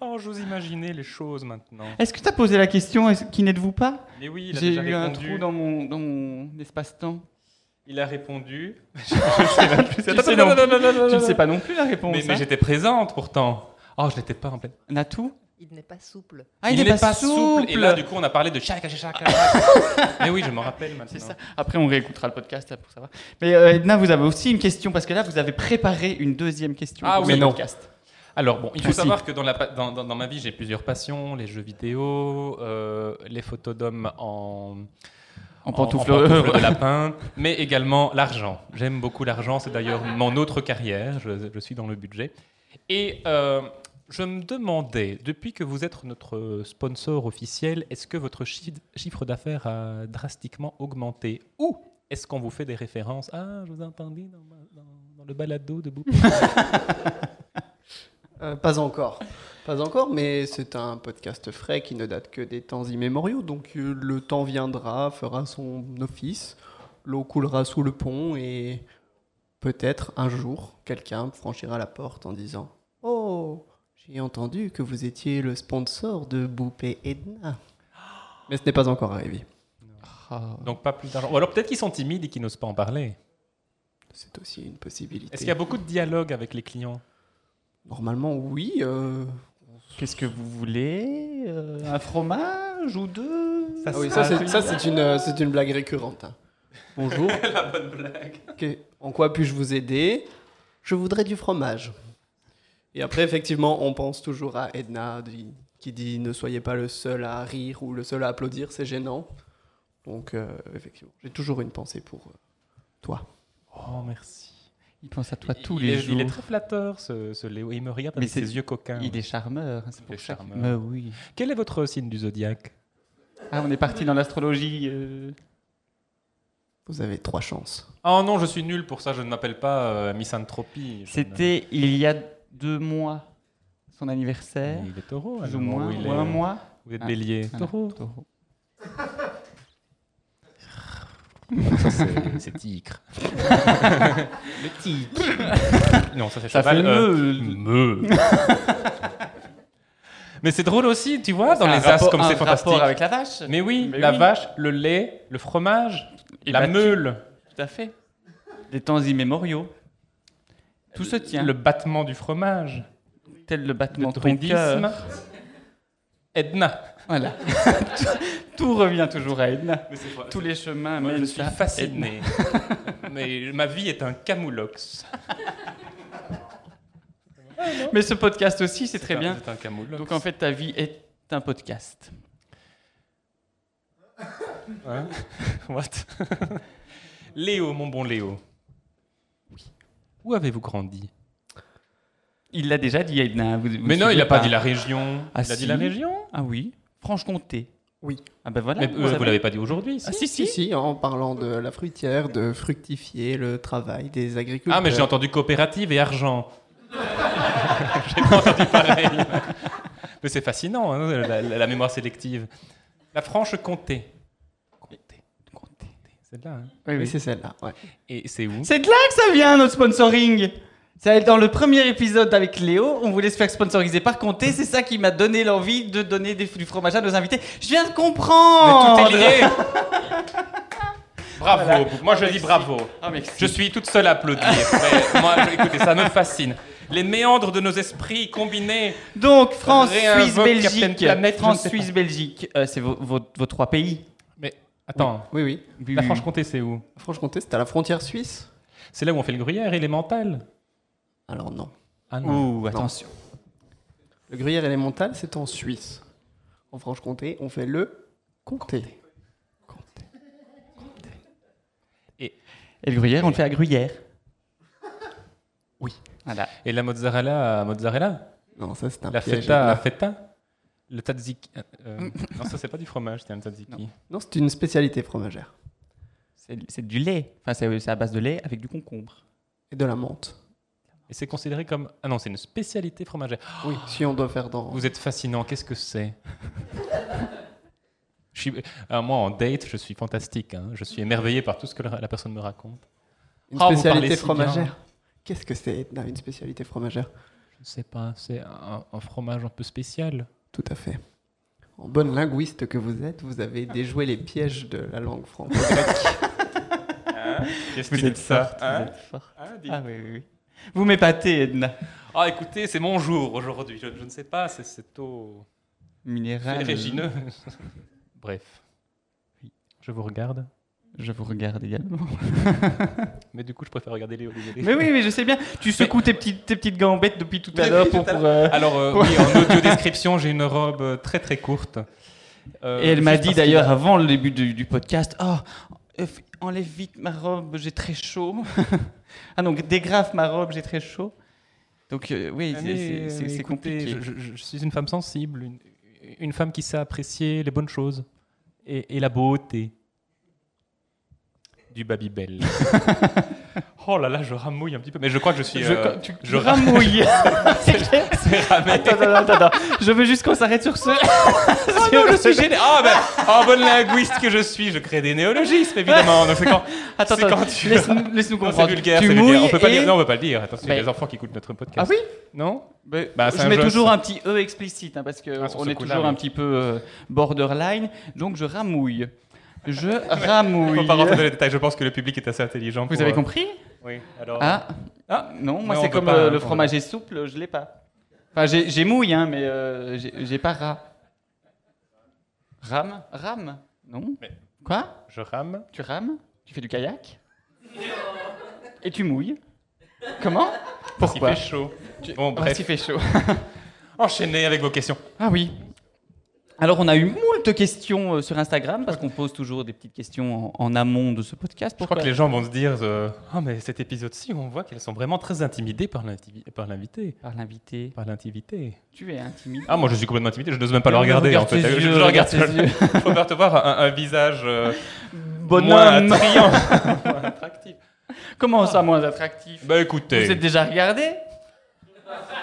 Oh, j'ose imaginer les choses maintenant.
Est-ce que tu as posé la question est-ce- qui n'êtes-vous pas
Mais oui, il a
J'ai eu
déjà
un
répondu.
trou dans mon, dans mon espace-temps.
Il a répondu. je je sais même plus.
Tu
Attends,
sais
non,
non
non, non, non, non,
Tu
non.
ne sais pas non plus la réponse.
Mais, mais
hein.
j'étais présente pourtant. Oh, je n'étais pas en pleine.
Natou
Il n'est pas souple.
Ah,
n'est
n'est
Et là, du coup, on a parlé de chaka chaka. Mais oui, je m'en rappelle maintenant.
C'est ça. Après, on réécoutera le podcast pour savoir. Mais euh, Edna, vous avez aussi une question parce que là, vous avez préparé une deuxième question
Ah
pour
oui.
ce
Mais non.
podcast.
Alors bon, il faut
Merci.
savoir que dans, la pa- dans- dans- dans ma vie, j'ai plusieurs passions les jeux vidéo, euh, les photos d'hommes en,
En
en- en
pantoufle.
pantoufle de lapin, mais également l'argent. J'aime beaucoup l'argent, c'est d'ailleurs
Ah.
mon autre carrière, je, je suis dans le budget. Et euh, je me demandais, depuis que vous êtes notre sponsor officiel, est-ce que votre chi- chiffre d'affaires a drastiquement augmenté Ou est-ce qu'on vous fait des références Ah, je vous ai entendu dans, ma- dans- dans le balado de Boubou.
Euh, pas encore. Pas encore, mais c'est un podcast frais qui ne date que des temps immémoriaux. Donc euh, le temps viendra, fera son office, l'eau coulera sous le pont et peut-être un jour, quelqu'un franchira la porte en disant Oh, j'ai entendu que vous étiez le sponsor de Boop et Edna. Mais ce n'est pas encore arrivé.
Ah.
Donc pas plus d'argent. Ou alors peut-être qu'ils sont timides et qu'ils n'osent pas en parler.
C'est aussi une possibilité.
Est-ce qu'il y a beaucoup de dialogue avec les clients
Normalement, oui. euh,
Qu'est-ce que vous voulez Euh, Un fromage ou deux
Ça,
Ah oui,
c'est
ça,
un
c'est,
truc.
ça, c'est une, euh, c'est une blague récurrente. hein. Bonjour.
La bonne blague.
Que- en quoi puis-je vous aider Je voudrais du fromage. Et après, effectivement, on pense toujours à Edna di- qui dit ne soyez pas le seul à rire ou le seul à applaudir, c'est gênant. Donc, euh, effectivement, j'ai toujours une pensée pour euh, toi.
Oh, merci.
Il pense à toi
Il-
tous
il
les
est,
jours.
Il est très flatteur, ce, ce Léo. Il me regarde
Mais
avec
c'est-
ses yeux coquins.
Il est charmeur, hein, c'est
Il
pour
est
ça. que-
charmeur.
Mais oui.
Quel est votre signe du zodiaque
Ah, on est parti dans l'astrologie. euh.
Vous avez trois chances.
Oh non, je suis nul pour ça. Je ne m'appelle pas euh, misanthropie. Je
C'était il y a deux mois, son
ne-
anniversaire,
Il est taureau.
plus
alors,
ou moins,
il
ou
est-
un mois.
Vous êtes
Ah.
bélier.
Ah, taureau.
Ça, c'est c'est tigre. Le tigre. non, ça c'est
Ça fait
cheval. euh,
le...
Meuh. Mais c'est drôle aussi, tu vois, dans
Un
les as
rapport-
comme
un
c'est fantastique.
rapport avec la vache.
Mais oui,
Mais
la
oui.
vache, le lait, le fromage,
Et
la
bah, tu-
meule,
Tout à fait. Des temps immémoriaux. Tout se tient.
le battement du fromage,
tel le battement
le
de ton
druidisme.
cœur.
Edna.
Voilà. tout, tout revient toujours à Edna. Tous les chemins
Moi, je
mènent
suis
à Edna.
fasciné. Mais ma vie est un camoulox.
Mais ce podcast aussi, c'est très
un-
bien.
C'est un camoulox.
Donc en fait, ta vie est un podcast.
Hein What Léo, mon bon Léo. Où avez-vous grandi
Il l'a déjà dit, Edna. vous- vous
Mais non, il
suivez
n'a pas dit la région.
Ah,
il a
si.
dit la région
Ah oui, Franche-Comté.
Oui.
Ah ben voilà.
Mais
vous
euh, vous
savez.
l'avez pas dit aujourd'hui. si
Ah si, si.
Si, si, en parlant de la fruitière, de fructifier le travail des agriculteurs.
Ah, mais j'ai entendu coopérative et argent. j'ai pas entendu pareil. mais c'est fascinant, hein, la, la- la mémoire sélective. La Franche-Comté. Comté,
Comté.
c'est là. hein.
Oui,
Oui,
oui.
c'est celle-là. ouais.
Et c'est où
C'est de là que ça vient, notre sponsoring. Ça, Dans le premier épisode avec Léo, on voulait se faire sponsoriser par Comté. C'est ça qui m'a donné l'envie de donner des- du fromage à nos invités. Je viens de comprendre.
Mais tout est lié. bravo.
Voilà.
Moi, je
Merci.
dis bravo.
Ah, merci.
Je suis toute seule à applaudir. mais moi, je- écoutez, ça me fascine. Les méandres de nos esprits combinés.
Donc, France,
Réinvoque
Suisse,
Captain
Belgique.
Planet, je ne
France,
sais pas.
Suisse, Belgique. Euh, c'est vos, vos- vos trois pays.
Mais attends,
Oui, oui.
Oui,
la
oui.
Franche-Comté, c'est où
Franche-Comté, c'est à la frontière suisse
C'est là où on fait le gruyère et les mentales.
Alors non.
Ah non.
Ouh, attention.
Le gruyère élémental, c'est en Suisse. En Franche-Comté, on fait le comté.
Et le gruyère, on le fait à gruyère.
Oui.
Voilà.
Et la mozzarella, à mozzarella
Non, Mm. ça c'est un
La
piège.
feta, la feta Le tzatziki. euh, euh, non, ça, c'est pas du fromage, c'est un tzatziki.
Non, c'est une spécialité fromagère.
C'est c'est du lait. Enfin, c'est c'est à base de lait avec du concombre.
Et de la menthe.
Et c'est considéré comme. Ah non, c'est une spécialité fromagère.
Oui, si on doit faire dans.
Vous êtes fascinant, qu'est-ce que c'est Je suis- Alors, Moi, en date, je suis fantastique. hein. Je suis émerveillé par tout ce que la, la personne me raconte.
Une
Ah, vous
spécialité
parlez si
fromagère. Qu'est-ce que c'est Edna, une spécialité fromagère
Je ne sais pas, c'est un, un fromage un peu spécial.
Tout à fait. En bonne linguiste que vous êtes, vous avez déjoué les pièges de la langue franco-grecque.
Hein Qu'est-ce
Vous
qu'il
êtes
est ça,
forte,
hein
vous êtes forte. Ah oui, oui, oui. Vous m'épatez, Edna.
Ah, écoutez, c'est mon jour aujourd'hui. Je, je ne sais pas, c'est- c'est au.
Ah,
Minéral.
régineux. Bref. Je vous regarde.
euh, Je vous regarde également.
Mais du coup, je préfère regarder les oliviers.
Mais oui, mais je sais bien. Tu secoues tes, petites, tes petites gambettes depuis tout à
Mais
l'heure
oui,
pour.
tout à
pour, euh,
Alors, euh, oui, en audio description, j'ai une robe euh, très très courte. Euh,
Et elle m'a
juste
dit
parce que-
d'ailleurs avant le début du, du podcast Oh, euh, f- enlève vite ma robe, j'ai très chaud. ah donc dégrafe ma robe, j'ai très chaud. Donc euh, oui,
Ah,
c'est-
mais,
c'est- c'est
mais
c'est
écoutez,
compliqué.
Je, je- je suis une femme sensible, une, une femme qui sait apprécier les bonnes choses et, et la beauté du Babybel. oh là là, je ramouille un petit peu, mais je crois que je suis.
Je-
euh,
quand tu-
je
ramouille. C'est clair.
c'est ramé.
attends, attends, attends, attends. Je veux juste qu'on s'arrête sur ce.
Ah non, je suis gêné. Ah ben, en bonne linguiste que je suis, je crée des néologismes évidemment. Donc c'est quand.
Attends,
C'est
attends.
quand tu-
Laisse-nous laisse-nous
Non,
comprendre.
c'est vulgaire,
tu
c'est
mouilles
vulgaire. On peut pas
et-
dire. Non, on peut pas le dire. Attention, il y a
Ben-
des enfants qui écoutent notre podcast.
Ah oui
Non Bah,
Bah,
c'est
je
un
mets
jeu,
toujours
ça.
un petit E explicite hein, parce qu'on
Ah, sur ce
est
coup-là,
toujours
oui.
un petit peu euh, borderline. Donc je ramouille. Je ramouille.
Faut pas rentrer dans les détails. Je pense que le public est assez intelligent.
Vous
pour,
avez
euh,
compris
Oui. Alors.
Ah,
Ah,
non, moi
non, on
c'est
peut
comme
pas,
euh,
hein,
le
on peut
fromage est souple, je l'ai pas. Enfin, j'ai j'ai mouille, hein, mais euh, j'ai j'ai pas ra. Rame Rame Non
Mais-
Quoi
Je rame.
Tu rames Tu fais du kayak Et tu mouilles Comment Pourquoi
Il fait chaud. Bon,
Parce qu'il
bref.
fait chaud.
Enchaînez avec vos questions.
Ah oui. Alors, on a eu moult questions euh, sur Instagram parce qu'on pose toujours des petites questions en, en amont de ce podcast.
Je crois
Pourquoi
que les gens vont se dire euh, Ah, mais cet épisode-ci, on voit qu'elles sont vraiment très intimidées par l'inti- par l'invité.
Par l'invité.
Par l'intimité.
Tu es intimide.
Ah, moi, je suis complètement intimidé. Je n'ose même pas le
Regarde
regarder. en
tes
fait. Je- je,
yeux,
le regarde.
regarde tes yeux.
Je préfère te voir un, un visage euh, moins
Bonhomme.
attrayant, moins attractif.
Comment ça, moins attractif
Bah,
Vous
écoutez.
êtes déjà regardé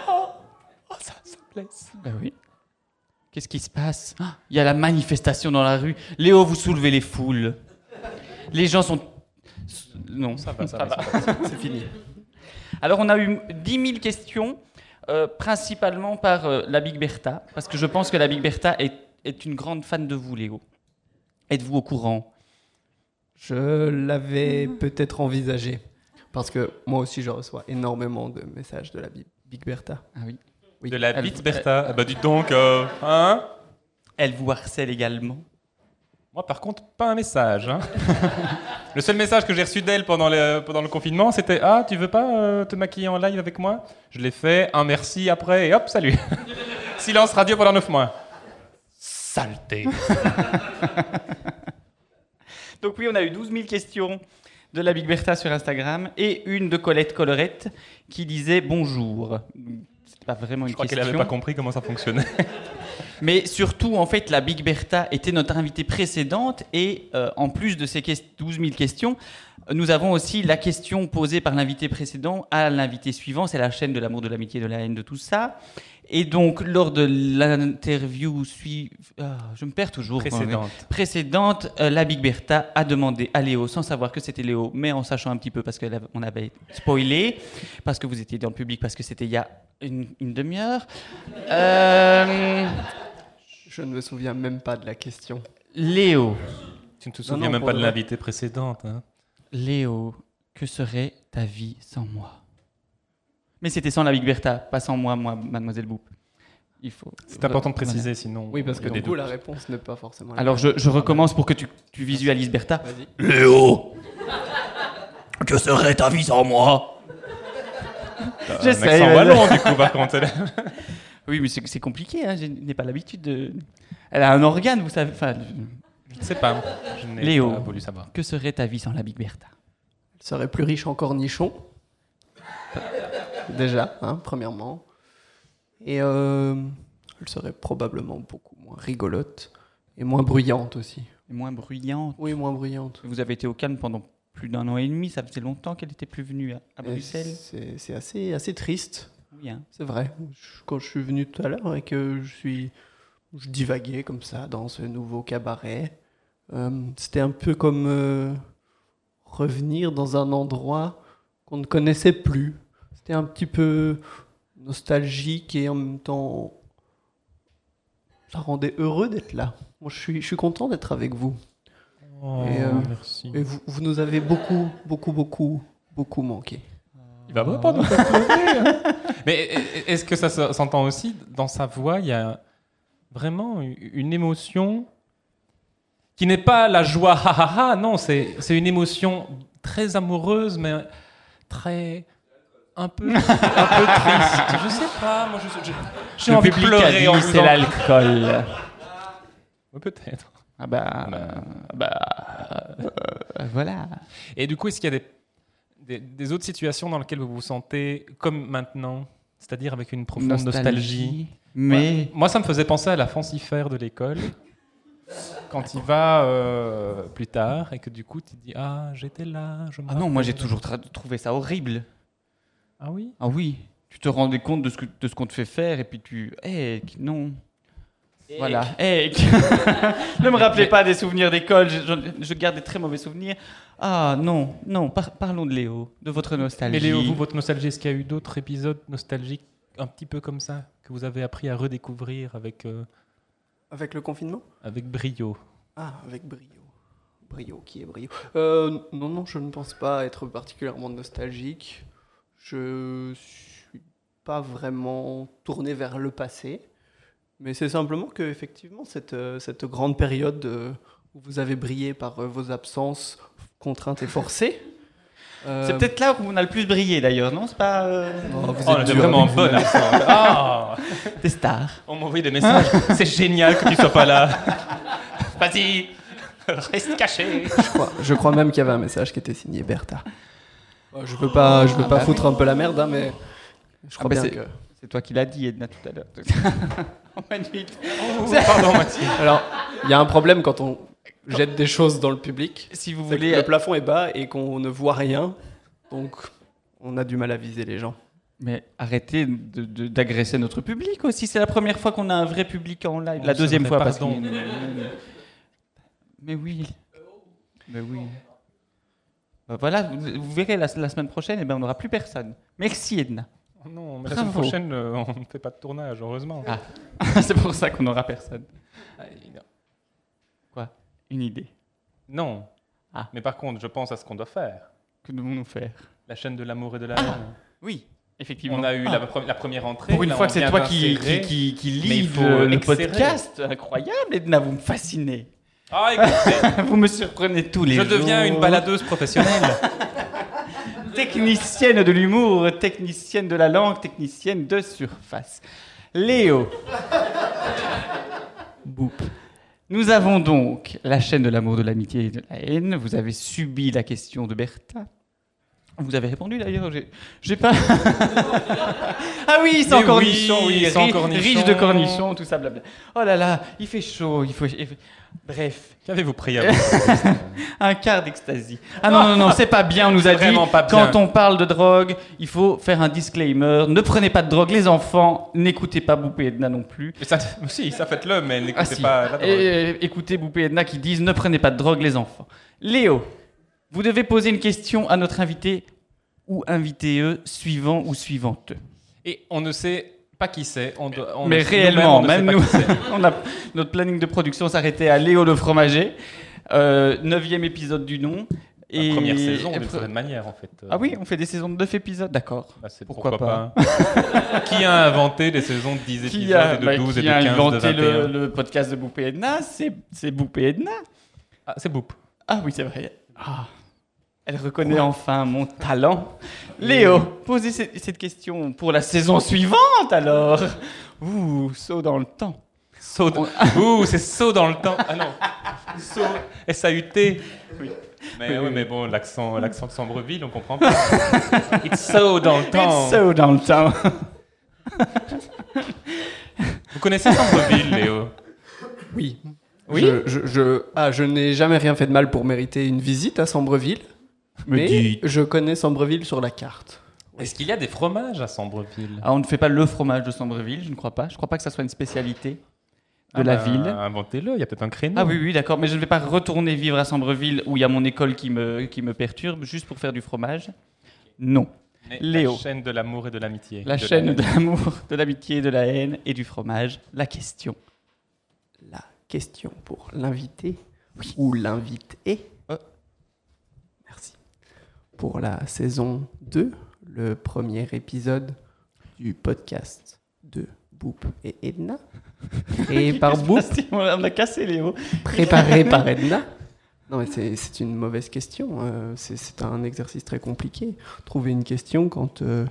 Oh, ça, ça me blesse.
Ben oui. Qu'est-ce qui se passe Ah, Il y a la manifestation dans la rue. Léo, vous soulevez les foules. Les gens sont... Non,
Ça va, ça, va. ça va.
C'est fini.
Alors, on a eu 10 000 questions, euh, principalement par euh, la Big Bertha, parce que je pense que la Big Bertha est, est une grande fan de vous, Léo. Êtes-vous au courant
Je l'avais peut-être envisagé. Parce que moi aussi, je reçois énormément de messages de la Bi- Big Bertha.
Ah oui.
Oui,
De la
elle-
bite Bertha. Ah Bah, dites donc, euh, hein
Elle vous harcèle également
Moi, par contre, pas un message. hein. le seul message que j'ai reçu d'elle pendant le, pendant le confinement, c'était Ah, tu veux pas euh, te maquiller en live avec moi Je l'ai fait, un merci après, et hop, salut. Silence radio pendant 9 mois. Saleté.
Donc oui, on a eu 12 000 questions de la Big Bertha sur Instagram et une de Colette Colorette qui disait bonjour. C'était pas vraiment une
Je crois qu'elle
question.
avait pas compris comment ça fonctionnait.
Mais surtout, en fait, la Big Bertha était notre invitée précédente et euh, en plus de ces ques- 12 000 questions, euh, nous avons aussi la question posée par l'invité précédent à l'invité suivant. C'est la chaîne de l'amour, de l'amitié, de la haine, de tout ça. Et donc, lors de l'interview suivante, je me perds toujours. hein, quand même
Précédente.
précédente, euh, la Big Bertha a demandé à Léo, sans savoir que c'était Léo, mais en sachant un petit peu parce qu'on avait spoilé, parce que vous étiez dans le public, parce que c'était il y a une, une demi-heure. Euh,
Je ne me souviens même pas de la question.
Léo,
Tu ne te
Non,
souviens
non,
même
pour
pas
de
de
vrai.
l'invité précédente. hein.
Léo, que serait ta vie sans moi Mais c'était sans la Big Bertha, pas sans moi, moi, Mademoiselle Boop. Il faut.
C'est Bah, important de
Voilà.
préciser, sinon.
Oui, parce que
il y a des
du coup, la
doutes.
réponse n'est pas forcément la
Alors je, je recommence pour que tu, tu visualises Bertha.
Vas-y.
Léo, que serait ta vie sans moi
T'as un
j'essaye,
accent
mais-
wallon, du coup, par contre.
Oui, mais c'est c'est compliqué, hein, je n'ai pas l'habitude de... Elle a un organe, vous savez. Enfin,
Je ne sais pas. Je n'ai
Léo.
pas voulu savoir.
que serait ta vie sans la Big Bertha
Elle serait plus riche en cornichons. Déjà, hein, premièrement. Et euh, elle serait probablement beaucoup moins rigolote et moins bruyante aussi.
et moins bruyante.
Oui, moins bruyante.
Vous avez été au Cannes pendant plus d'un an et demi, ça faisait longtemps qu'elle n'était plus venue à, à
Et
Bruxelles.
C'est c'est assez, assez triste,
Oui, hein.
c'est vrai. Je- quand je suis venu tout à l'heure et que je suis. Je divaguais comme ça dans ce nouveau cabaret. euh, C'était un peu comme euh, revenir dans un endroit qu'on ne connaissait plus. C'était un petit peu nostalgique et en même temps. Ça rendait heureux d'être là. Moi, je suis, je suis content d'être avec vous. Et, euh,
Oh, merci.
Et vous, vous nous avez beaucoup, beaucoup, beaucoup, beaucoup manqué.
Il va pas nous faire pleurer, hein. Mais est-ce que ça se- s'entend aussi Dans sa voix, il y a vraiment une émotion qui n'est pas la joie, ha ha ha, non, c'est c'est une émotion très amoureuse, mais très. un peu, un peu triste. Je sais pas, moi je. je- J'ai envie de pleurer en vous
c'est
en-
l'alcool.
Ouais, Peut-être.
Ah bah,
Bah.
ah bah, euh, voilà.
Et du coup, est-ce qu'il y a des, des, des autres situations dans lesquelles vous vous sentez comme maintenant, c'est-à-dire avec une profonde nostalgie
Mais
Ouais. Moi, ça me faisait penser à la fancifère de l'école. Quand il va euh, plus tard et que du coup, tu te dis Ah, j'étais là. Je me
ah non, moi j'ai
rappelle.
toujours tra- trouvé ça horrible.
Ah oui
Ah oui, tu te rendais compte de ce que- de ce qu'on te fait faire et puis tu, eh non. Voilà. Eh, ne me rappelez pas des souvenirs d'école. Je, je- je garde des très mauvais souvenirs. Ah non, non. par- parlons de Léo, de votre nostalgie.
Mais Léo, vous, votre nostalgie, est-ce qu'il y a eu d'autres épisodes nostalgiques un petit peu comme ça que vous avez appris à redécouvrir avec, euh,
Avec le confinement
avec brio
Ah, avec brio. Brio, qui est brio Euh, Non, non, je ne pense pas être particulièrement nostalgique. Je suis pas vraiment tourné vers le passé. Mais c'est simplement que, effectivement, cette, euh, cette grande période euh, où vous avez brillé par euh, vos absences, contraintes et forcées. euh,
C'est peut-être là où on a le plus brillé d'ailleurs, non C'est pas euh,
Oh, vous
Oh,
êtes
elle est
dur.
vraiment bonne absente. Ah
des stars.
On m'envoie des messages. C'est génial que tu sois pas là. Vas-y, reste caché.
Je crois, je crois même qu'il y avait un message qui était signé Bertha. Euh, Je veux pas, je veux pas foutre un peu la merde, hein, mais je crois
bah
bien
c'est-
que.
C'est toi qui l'as dit, Edna, tout à l'heure. En magnifique.
Pardon, Mathieu.
Alors, il y a un problème quand on jette des choses dans le public.
Si vous
c'est que
voulez,
le plafond est bas et qu'on ne voit rien, donc on a du mal à viser les gens.
Mais arrêtez de- de- d'agresser notre public aussi. C'est la première fois qu'on a un vrai public en live.
Oh,
la
c'est
deuxième
vrai,
fois, parce
pardon.
qu'il- Mais oui. Mais oui. Bah voilà, vous, vous verrez la, la semaine prochaine, et ben on n'aura plus personne. Merci Edna.
Non, mais la semaine
Bravo.
prochaine, euh, on ne fait pas de tournage, heureusement.
Ah. C'est pour ça qu'on n'aura personne. Quoi Une idée.
Non.
Ah.
Mais par contre, je pense à ce qu'on doit faire.
Que devons-nous faire
La chaîne de l'amour et de la
Ah.
haine.
Oui, effectivement.
On a eu
Ah,
la, pre- la première entrée.
Pour une
là, on
fois que c'est
vient
toi qui,
d'insérer.
qui, qui, qui
Mais il faut
livre le
l'excérer.
podcast. Incroyable Edna, vous me fascinez.
Ah, écoutez,
Vous me surprenez tous les
je
jours.
deviens une baladeuse professionnelle.
Technicienne de l'humour, technicienne de la langue, technicienne de surface. Léo. Boop. Nous avons donc la chaîne de l'amour, de l'amitié et de la haine. Vous avez subi la question de Bertha. Vous avez répondu d'ailleurs, j'ai- j'ai pas. ah oui,
Mais
sans
oui,
cornichon, oui,
sans
ri-
cornichon.
riche de cornichons, tout ça, blabla. Oh là là, il fait chaud, il faut. Bref,
Qu'avez-vous pris avant
un quart d'extasie. Ah non, non, non, c'est pas bien, on nous a dit.
Vraiment pas bien.
Quand on parle de drogue, il faut faire un disclaimer. Ne prenez pas de drogue, les enfants. N'écoutez pas Boupé et Edna non plus.
Mais ça- Si, ça faites-le, mais
Ah,
n'écoutez
si.
pas. la drogue.
Et- et- écoutez Boupé et Edna qui disent ne prenez pas de drogue, les enfants. Léo, vous devez poser une question à notre invité ou invité eux, suivant ou suivante.
Et on ne sait pas qui c'est. On doit- on
Mais
ne sait-
réellement,
nous-mêmes, on ne
même nous,
sait pas qui c'est.
on a, notre planning de production s'arrêtait à Léo le fromager, euh, neuvième épisode du nom.
La première saison,
et
d'une
pre-
certaine manière, en fait.
Ah oui, on fait des saisons de 9 épisodes, d'accord.
Bah, c'est
Pourquoi
pourquoi, pas. qui a inventé des saisons de 10 épisodes
Qui a,
et de
bah,
12
qui
et de
a
15
inventé
de 21
le, le podcast de Boupé Edna C'est c'est Boupé Edna.
Ah, c'est Boop.
Ah oui, c'est vrai. Ah, elle reconnaît enfin mon talent. Léo, posez ce- cette question pour la saison suivante alors. Ouh, saut dans le temps.
Saut. dans- Ouh, c'est saut dans le temps. Ah non. Saut. S-A-U-T.
Oui.
Mais,
Oui,
ouais,
oui.
mais bon, l'accent, l'accent de Sambreville, on comprend pas. It's so dans le temps.
Saut dans le temps.
Vous connaissez Sambreville, Léo
Oui.
Oui.
Je, je, je- ah, je n'ai jamais rien fait de mal pour mériter une visite à Sambreville. Mais je connais Sambreville sur la carte.
Est-ce qu'il y a des fromages à Sambreville
Ah, on ne fait pas le fromage de Sambreville, je ne crois pas. Je ne crois pas que ça soit une spécialité Ah, de
Ah
la ville.
bah, Inventez-le, il y a peut-être un créneau.
Ah oui, oui, d'accord, mais je ne vais pas retourner vivre à Sambreville où il y a mon école qui me, qui me perturbe juste pour faire du fromage. Non.
Mais
Léo.
La chaîne de l'amour et de l'amitié.
La
De
chaîne de l'amour, de l'amitié, de la haine et du fromage, la question.
La question pour l'invité ou l'invité.
Euh.
Merci. Pour la saison 2, le premier épisode du podcast de Boop et Edna. Et par Boop,
On a on a cassé Léo.
préparé par Edna. Non, mais c'est- c'est une mauvaise question. euh, c'est- c'est un exercice très compliqué. Trouver une question quand euh,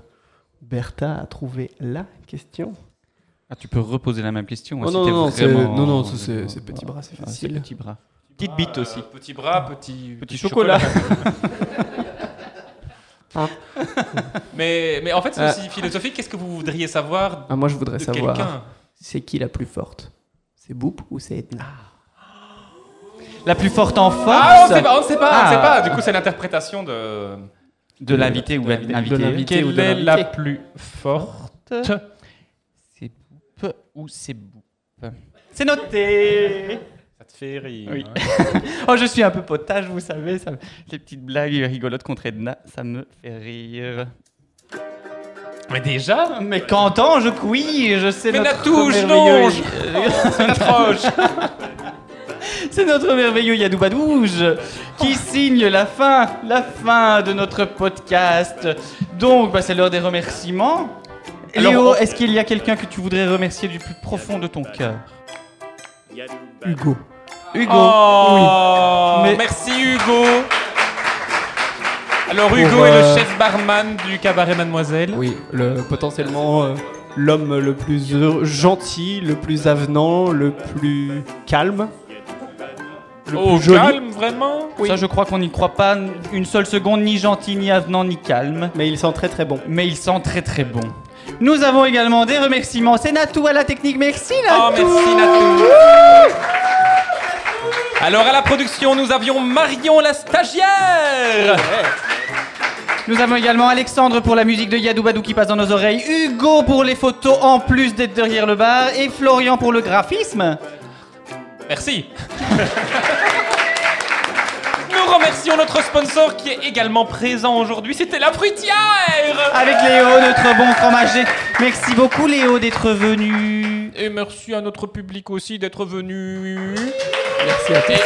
Bertha a trouvé la question.
Ah, tu peux reposer la même question. hein,
Oh
si
non,
t'es
non, c'est-
vraiment-
non, non, ça, c'est- c'est petit bras, c'est
Ah,
facile.
Petit bras. Petite bite
Euh,
aussi.
Petit bras, petit,
chocolat. Hein
Ah.
mais, mais en fait, c'est
Euh.
aussi philosophique. Qu'est-ce que vous voudriez savoir
Ah, moi, je
Bah,
voudrais
de
savoir,
quelqu'un
c'est qui la plus forte C'est Boop ou c'est Edna
La plus forte en force
Ah, on ne sait pas, on ne sait pas, on ne sait pas.
Ah.
Du coup, c'est l'interprétation de.
de l'invité ou
de l'invité.
l'invité.
De l'invité. ou
Quelle
de
est la
l'invité.
plus forte
C'est Boop ou c'est Boop C'est noté
Ça te fait rire.
Oui.
hein.
Oh, je suis un peu potage, vous savez. ça me- Les petites blagues rigolotes contre Edna, ça me fait rire.
Mais déjà,
Mais qu'entends, je couille, je sais
Mais
notre
la touche,
merveilleux-
non, c'est la troche.
C'est notre merveilleux Yadoubadouge qui signe la fin, la fin de notre podcast. Donc, bah, c'est l'heure des remerciements.
Alors,
Léo,
on-
est-ce qu'il y a quelqu'un que tu voudrais remercier du plus profond de ton cœur
Hugo.
Hugo.
Oh,
Oui. Mais-
Merci Hugo. Alors Hugo
Pour,
est
euh,
le chef barman du cabaret Mademoiselle.
Oui, le, potentiellement euh, l'homme le plus heureux- gentil, le plus avenant, le plus calme. Le
Au
plus joli.
Oh, calme vraiment.
Ça, je crois qu'on n'y croit pas une seule seconde, ni gentil, ni avenant, ni calme.
Mais il sent très très bon.
Mais il sent très très bon. Nous avons également des remerciements. C'est Natou à la technique. Merci
Oh
Natou.
merci Natou. Alors à la production, nous avions Marion la stagiaire.
Nous avons également Alexandre pour la musique de Yadou Badou qui passe dans nos oreilles, Hugo pour les photos en plus d'être derrière le bar et Florian pour le graphisme.
Merci. Nous remercions notre sponsor qui est également présent aujourd'hui, c'était la fruitière.
Avec Léo, notre bon fromager. Merci beaucoup Léo d'être venu.
Et merci à notre public aussi d'être venu.
Merci à tous.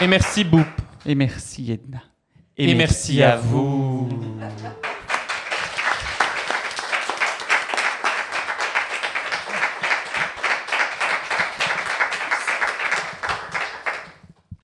Et merci Boop.
Et merci Edna.
Et merci à vous.